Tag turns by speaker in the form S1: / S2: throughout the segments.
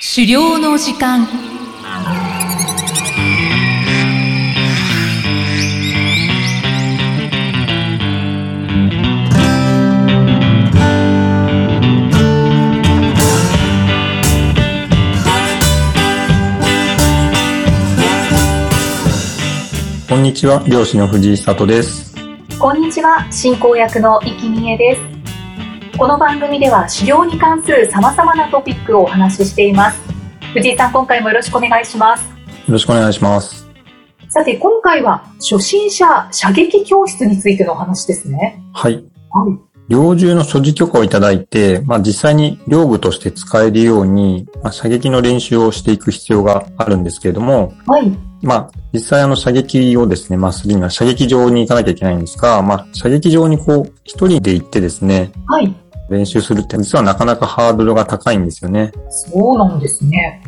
S1: 狩猟の時間
S2: こんにちは、漁師の藤井里です。
S3: こんにちは、進行役の生きみえです。この番組では狩猟に関する様々なトピックをお話ししています。藤井さん、今回もよろしくお願いします。
S2: よろしくお願いします。
S3: さて、今回は初心者射撃教室についてのお話ですね。
S2: はい。
S3: はい。
S2: 猟銃の所持許可をいただいて、まあ、実際に猟具として使えるように、まあ、射撃の練習をしていく必要があるんですけれども、
S3: はい。
S2: まあ、実際あの射撃をですね、まあ、するには射撃場に行かなきゃいけないんですが、まあ、射撃場にこう、一人で行ってですね、
S3: はい。
S2: 練習するって実はなかなかハードルが高いんですよね。
S3: そうなんですね。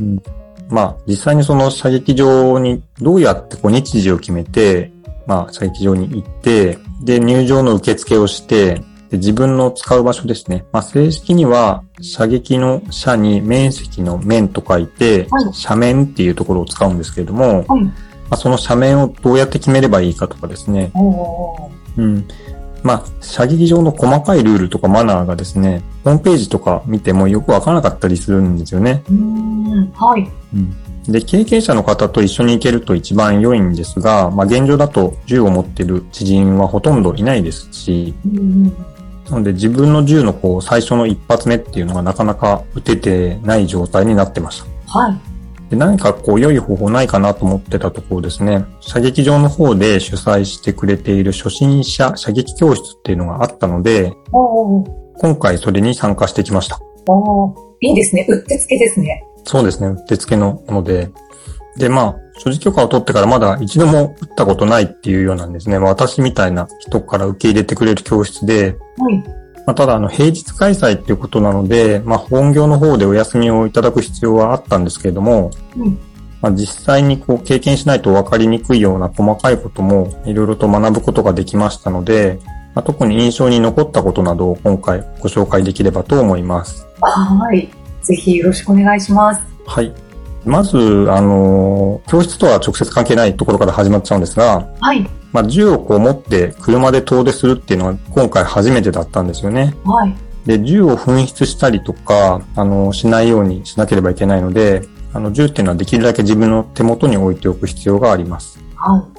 S2: まあ、実際にその射撃場にどうやってこう日時を決めて、まあ、射撃場に行って、で、入場の受付をして、で自分の使う場所ですね。まあ、正式には、射撃の射に面積の面と書いて、
S3: はい
S2: 斜面っていうところを使うんですけれども、
S3: はい。
S2: まあ、その斜面をどうやって決めればいいかとかですね。
S3: おー
S2: うん。まあ、射撃場の細かいルールとかマナーがですね、ホームページとか見てもよくわからなかったりするんですよね。
S3: うーん。はい。
S2: で、経験者の方と一緒に行けると一番良いんですが、まあ現状だと銃を持ってる知人はほとんどいないですし、
S3: うーん。
S2: なので自分の銃のこう最初の一発目っていうのがなかなか撃ててない状態になってました。
S3: はい。
S2: で何かこう良い方法ないかなと思ってたところですね、射撃場の方で主催してくれている初心者射撃教室っていうのがあったので、
S3: おー
S2: 今回それに参加してきました。
S3: おーいいですね。うってつけですね。
S2: そうですね、うってつけのもので。で、まあ、所持許可を取ってからまだ一度も打ったことないっていうようなんですね。まあ、私みたいな人から受け入れてくれる教室で、
S3: はい。
S2: まあ、ただ、あの、平日開催っていうことなので、まあ、本業の方でお休みをいただく必要はあったんですけれども、
S3: うん
S2: まあ、実際にこう、経験しないと分かりにくいような細かいことも、いろいろと学ぶことができましたので、まあ、特に印象に残ったことなどを今回ご紹介できればと思います。
S3: はい。ぜひよろしくお願いします。
S2: はい。まず、あの、教室とは直接関係ないところから始まっちゃうんですが、
S3: はい。
S2: まあ、銃をこう持って車で遠出するっていうのは今回初めてだったんですよね。
S3: はい。
S2: で、銃を紛失したりとか、あの、しないようにしなければいけないので、あの、銃っていうのはできるだけ自分の手元に置いておく必要があります。
S3: はい。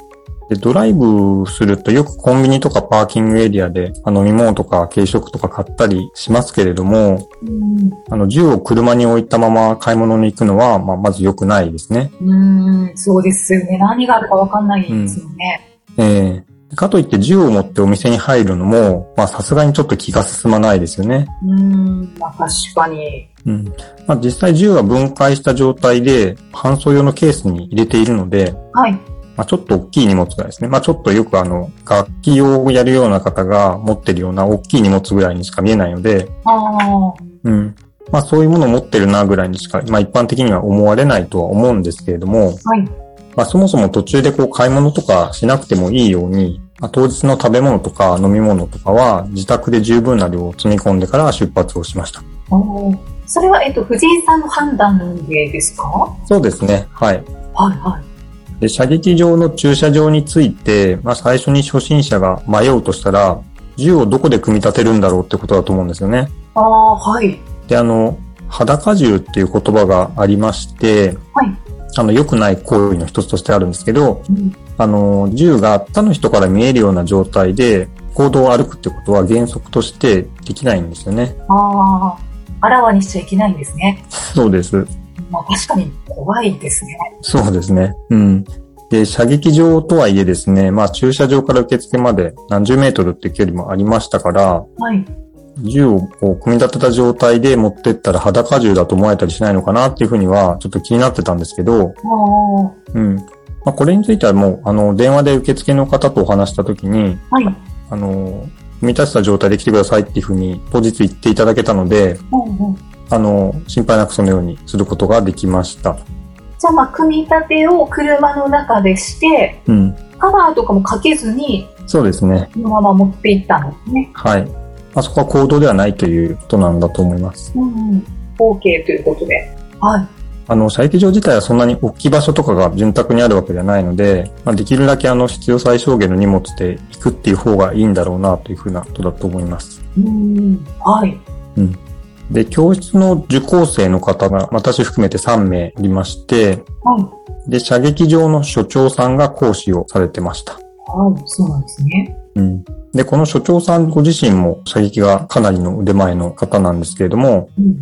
S2: で、ドライブするとよくコンビニとかパーキングエリアで、あの飲み物とか軽食とか買ったりしますけれども、
S3: うーん。
S2: あの、銃を車に置いたまま買い物に行くのは、まあ、まず良くないですね。
S3: うーん、そうですよね。何があるかわかんないですよね。
S2: ええかといって銃を持ってお店に入るのも、まあさすがにちょっと気が進まないですよね。
S3: うーん、まあ確かに。
S2: うん。まあ実際銃は分解した状態で搬送用のケースに入れているので、
S3: はい。
S2: まあちょっと大きい荷物がですね、まあちょっとよくあの楽器をやるような方が持ってるような大きい荷物ぐらいにしか見えないので、
S3: ああ、
S2: うん。まあそういうものを持ってるなぐらいにしか、まあ一般的には思われないとは思うんですけれども、
S3: はい。
S2: まあ、そもそも途中でこう買い物とかしなくてもいいように、まあ、当日の食べ物とか飲み物とかは自宅で十分な量を積み込んでから出発をしました。
S3: あーそれは、えっと、藤井さんの判断でですかは
S2: そうですね。はい。
S3: い、はい。
S2: で、射撃場の駐車場について、まあ、最初に初心者が迷うとしたら、銃をどこで組み立てるんだろうってことだと思うんですよね。
S3: ああ、はい。
S2: で、あの、裸銃っていう言葉がありまして、
S3: はい
S2: あの、良くない行為の一つとしてあるんですけど、
S3: うん
S2: あの、銃が他の人から見えるような状態で行動を歩くってことは原則としてできないんですよね。
S3: ああ、あらわにしちゃいけないんですね。
S2: そうです。
S3: まあ確かに怖いですね。
S2: そうですね。うん。で、射撃場とはいえですね、まあ駐車場から受付まで何十メートルっていう距離もありましたから、
S3: はい。
S2: 銃をこう組み立てた状態で持ってったら裸銃だと思われたりしないのかなっていうふうにはちょっと気になってたんですけ
S3: あ
S2: ど、
S3: あ、
S2: うん。まあこれについてはもう、あの、電話で受付の方とお話したときに、
S3: はい。
S2: あの、組み立てた状態で来てくださいっていうふうに当日言っていただけたので、
S3: うんうん
S2: あの、心配なくそのようにすることができました。
S3: じゃあ、まあ、組み立てを車の中でして、
S2: うん。
S3: カバーとかもかけずに、
S2: そうですね。
S3: そのまま持っていったんですね。
S2: はい。あそこは行動ではないということなんだと思います。
S3: うんうん、OK ということで。はい。
S2: あの、射撃場自体はそんなに大きい場所とかが潤沢にあるわけじゃないので、まあ、できるだけあの、必要最小限の荷物で行くっていう方がいいんだろうな、というふうなことだと思います。
S3: うん。はい。
S2: うん。で、教室の受講生の方が、私含めて3名いまして、
S3: はい。
S2: で、射撃場の所長さんが講師をされてました。
S3: はい。そうなんですね。
S2: うん。で、この所長さんご自身も射撃がかなりの腕前の方なんですけれども、
S3: うん。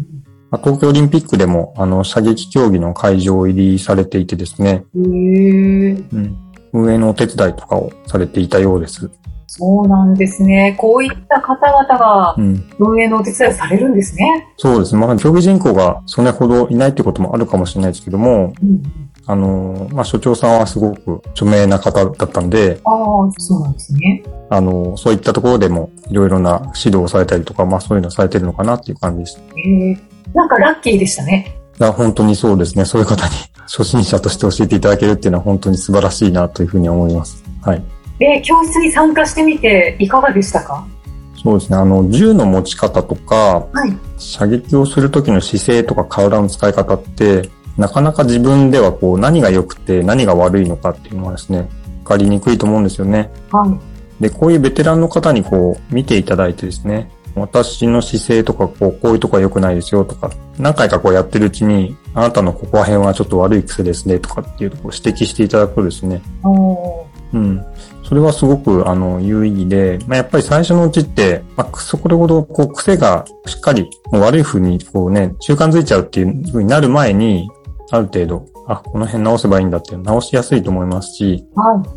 S2: まあ東京オリンピックでも、あの、射撃競技の会場入りされていてですね、
S3: へえ。
S2: うん。運営のお手伝いとかをされていたようです。
S3: そうなんですね。こういった方々が
S2: うん。
S3: 運営のお手伝いをされるんですね。
S2: そうですね。まあ、競技人口がそれほどいないってこともあるかもしれないですけども、
S3: うん。
S2: あの、まあ、所長さんはすごく著名な方だったんで、
S3: ああ、そうなんですね。
S2: あの、そういったところでもいろいろな指導をされたりとか、まあ、そういうのをされてるのかなっていう感じです。
S3: へえ。なんかラッキーでしたね。
S2: いや、本当にそうですね。そういう方に 初心者として教えていただけるっていうのは本当に素晴らしいなというふうに思います。はい。
S3: で、教室に参加してみていかがでしたか
S2: そうですね。あの、銃の持ち方とか、
S3: はい。
S2: 射撃をする時の姿勢とか体の使い方って、なかなか自分ではこう、何が良くて何が悪いのかっていうのはですね、わかりにくいと思うんですよね。
S3: はい。
S2: で、こういうベテランの方にこう、見ていただいてですね、私の姿勢とか、こう、こういうとこは良くないですよとか、何回かこうやってるうちに、あなたのここら辺はちょっと悪い癖ですねとかっていうところを指摘していただくとですね、
S3: おー
S2: うん。それはすごく、あの、有意義で、まあ、やっぱり最初のうちって、まあ、くそこれほど、こう、癖がしっかり、もう悪い風に、こうね、習慣づいちゃうっていう風になる前に、ある程度、あ、この辺直せばいいんだって、直しやすいと思いますし、
S3: はい。
S2: そうい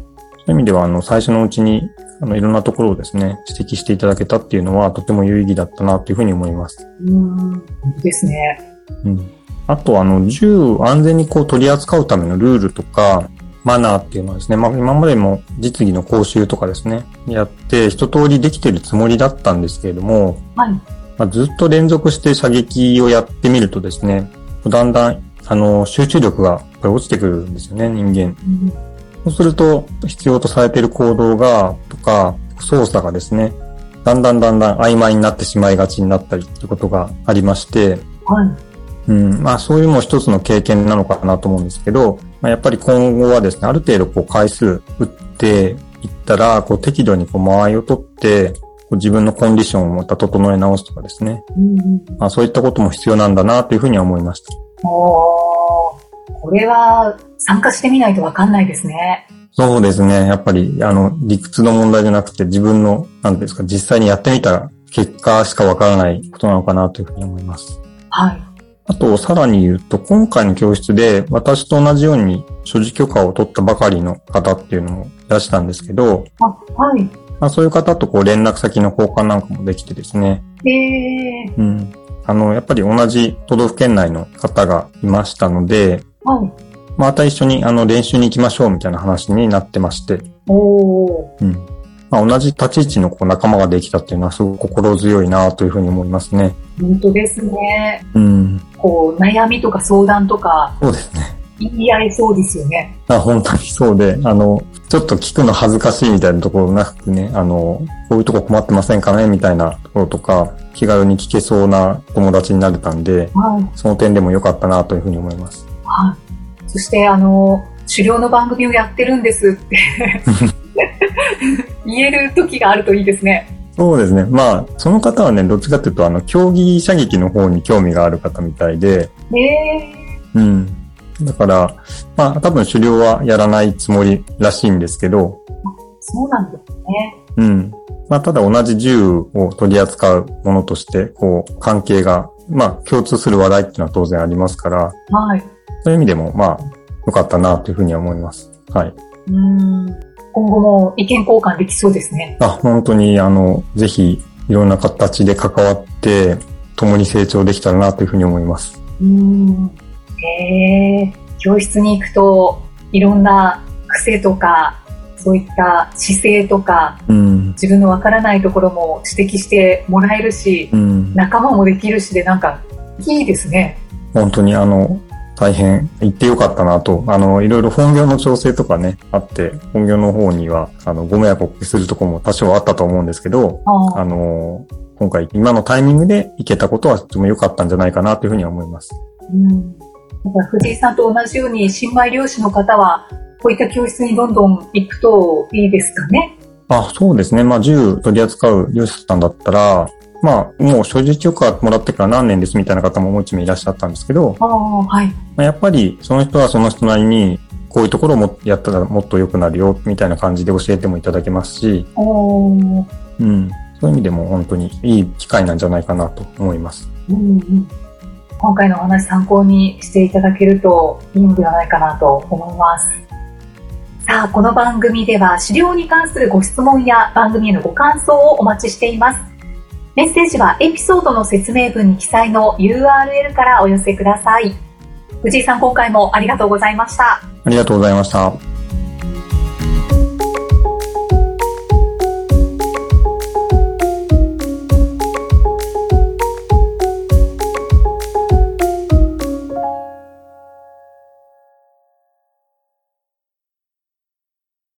S2: う意味では、あの、最初のうちに、あの、いろんなところをですね、指摘していただけたっていうのは、とても有意義だったな、というふうに思います。
S3: うーん。いいですね。
S2: うん。あと、あの、銃を安全にこう取り扱うためのルールとか、マナーっていうのはですね、まあ、今までも実技の講習とかですね、やって、一通りできてるつもりだったんですけれども、
S3: はい。
S2: まあ、ずっと連続して射撃をやってみるとですね、だんだん、あの、集中力がやっぱり落ちてくるんですよね、人間。
S3: うん
S2: そうすると、必要とされている行動が、とか、操作がですね、だんだんだんだん曖昧になってしまいがちになったりってことがありまして、
S3: はい。
S2: うん、まあそういうも一つの経験なのかなと思うんですけど、まあ、やっぱり今後はですね、ある程度こう回数打っていったら、こう適度にこう間合いを取って、こう自分のコンディションをまた整え直すとかですね。
S3: うんうん。
S2: まあそういったことも必要なんだなというふうには思いました。
S3: おーこれは参加してみないとわかんないですね。
S2: そうですね。やっぱり、あの、理屈の問題じゃなくて、自分の、なんていうんですか、実際にやってみた結果しかわからないことなのかなというふうに思います。
S3: はい。
S2: あと、さらに言うと、今回の教室で、私と同じように、所持許可を取ったばかりの方っていうのも出したんですけど、
S3: あ、はい。
S2: まあ、そういう方とこう、連絡先の交換なんかもできてですね、
S3: えー、
S2: うん。あの、やっぱり同じ都道府県内の方がいましたので、
S3: はい。
S2: また一緒にあの練習に行きましょうみたいな話になってまして、
S3: おー
S2: うん。まあ、同じ立ち位置のこう仲間ができたっていうのはすごく心強いなというふうに思いますね。
S3: 本当ですね。
S2: うん。
S3: こう、悩みとか相談とか
S2: そうですね。
S3: 言い合いそうですよね。
S2: あ本当にそうで、あの、ちょっと聞くの恥ずかしいみたいなところなくね、あの、こういうとこ困ってませんかねみたいなところとか、気軽に聞けそうな友達になれたんで、
S3: はい。
S2: その点でも良かったなというふうに思います。
S3: はい。そして、あの、狩猟の番組をやってるんですって言える時があるといいですね。
S2: そうですね。まあ、その方はね、どっちかっていうと、あの、競技射撃の方に興味がある方みたいで、
S3: え
S2: うん。だから、まあ、多分狩猟はやらないつもりらしいんですけど、
S3: ー、そうなんですね。
S2: うん。まあ、ただ同じ銃を取り扱うものとして、こう、関係が、まあ、共通する話題っていうのは当然ありますから、
S3: はい。
S2: そういう意味でも、まあ、良かったな、というふうには思います。はい。
S3: うん。今後も意見交換できそうですね。
S2: あ、本当に、あの、ぜひ、いろんな形で関わって、共に成長できたらな、というふうに思います。
S3: うん。へえー、教室に行くと、いろんな癖とか、そういった姿勢とか、
S2: うん。
S3: 自分のわからないところも指摘してもらえるし、
S2: うん。
S3: 仲間もできるしで、なんか、いいですね。
S2: 本当に、あの、大変行ってよかったなと、あの、いろいろ本業の調整とかね、あって、本業の方には、あの、ご迷惑をおかけするところも多少あったと思うんですけど、
S3: あ
S2: あ
S3: あ
S2: のー今回、今のタイミングで行けたことはとても良かったんじゃないかなというふうには思います。
S3: うん、じゃあ藤井さんと同じように新米漁師の方は、こういった教室にどんどん行くといいですかね。
S2: あ、そうですね。まあ、銃取り扱う漁師さんだったら、まあ、もう所持許可もらってから何年ですみたいな方ももう一名いらっしゃったんですけど、
S3: ああ、はい。
S2: まあ、やっぱりその人はその人なりに、こういうところをもやったらもっと良くなるよ、みたいな感じで教えてもいただけますし、
S3: おー
S2: うん。そういう意味でも本当にいい機会なんじゃないかなと思います。
S3: うんうん今回のお話参考にしていただけるといいのではないかなと思います。さあ、この番組では資料に関するご質問や番組へのご感想をお待ちしています。メッセージはエピソードの説明文に記載の URL からお寄せください。藤井さん、今回もありがとうございました。
S2: ありがとうございました。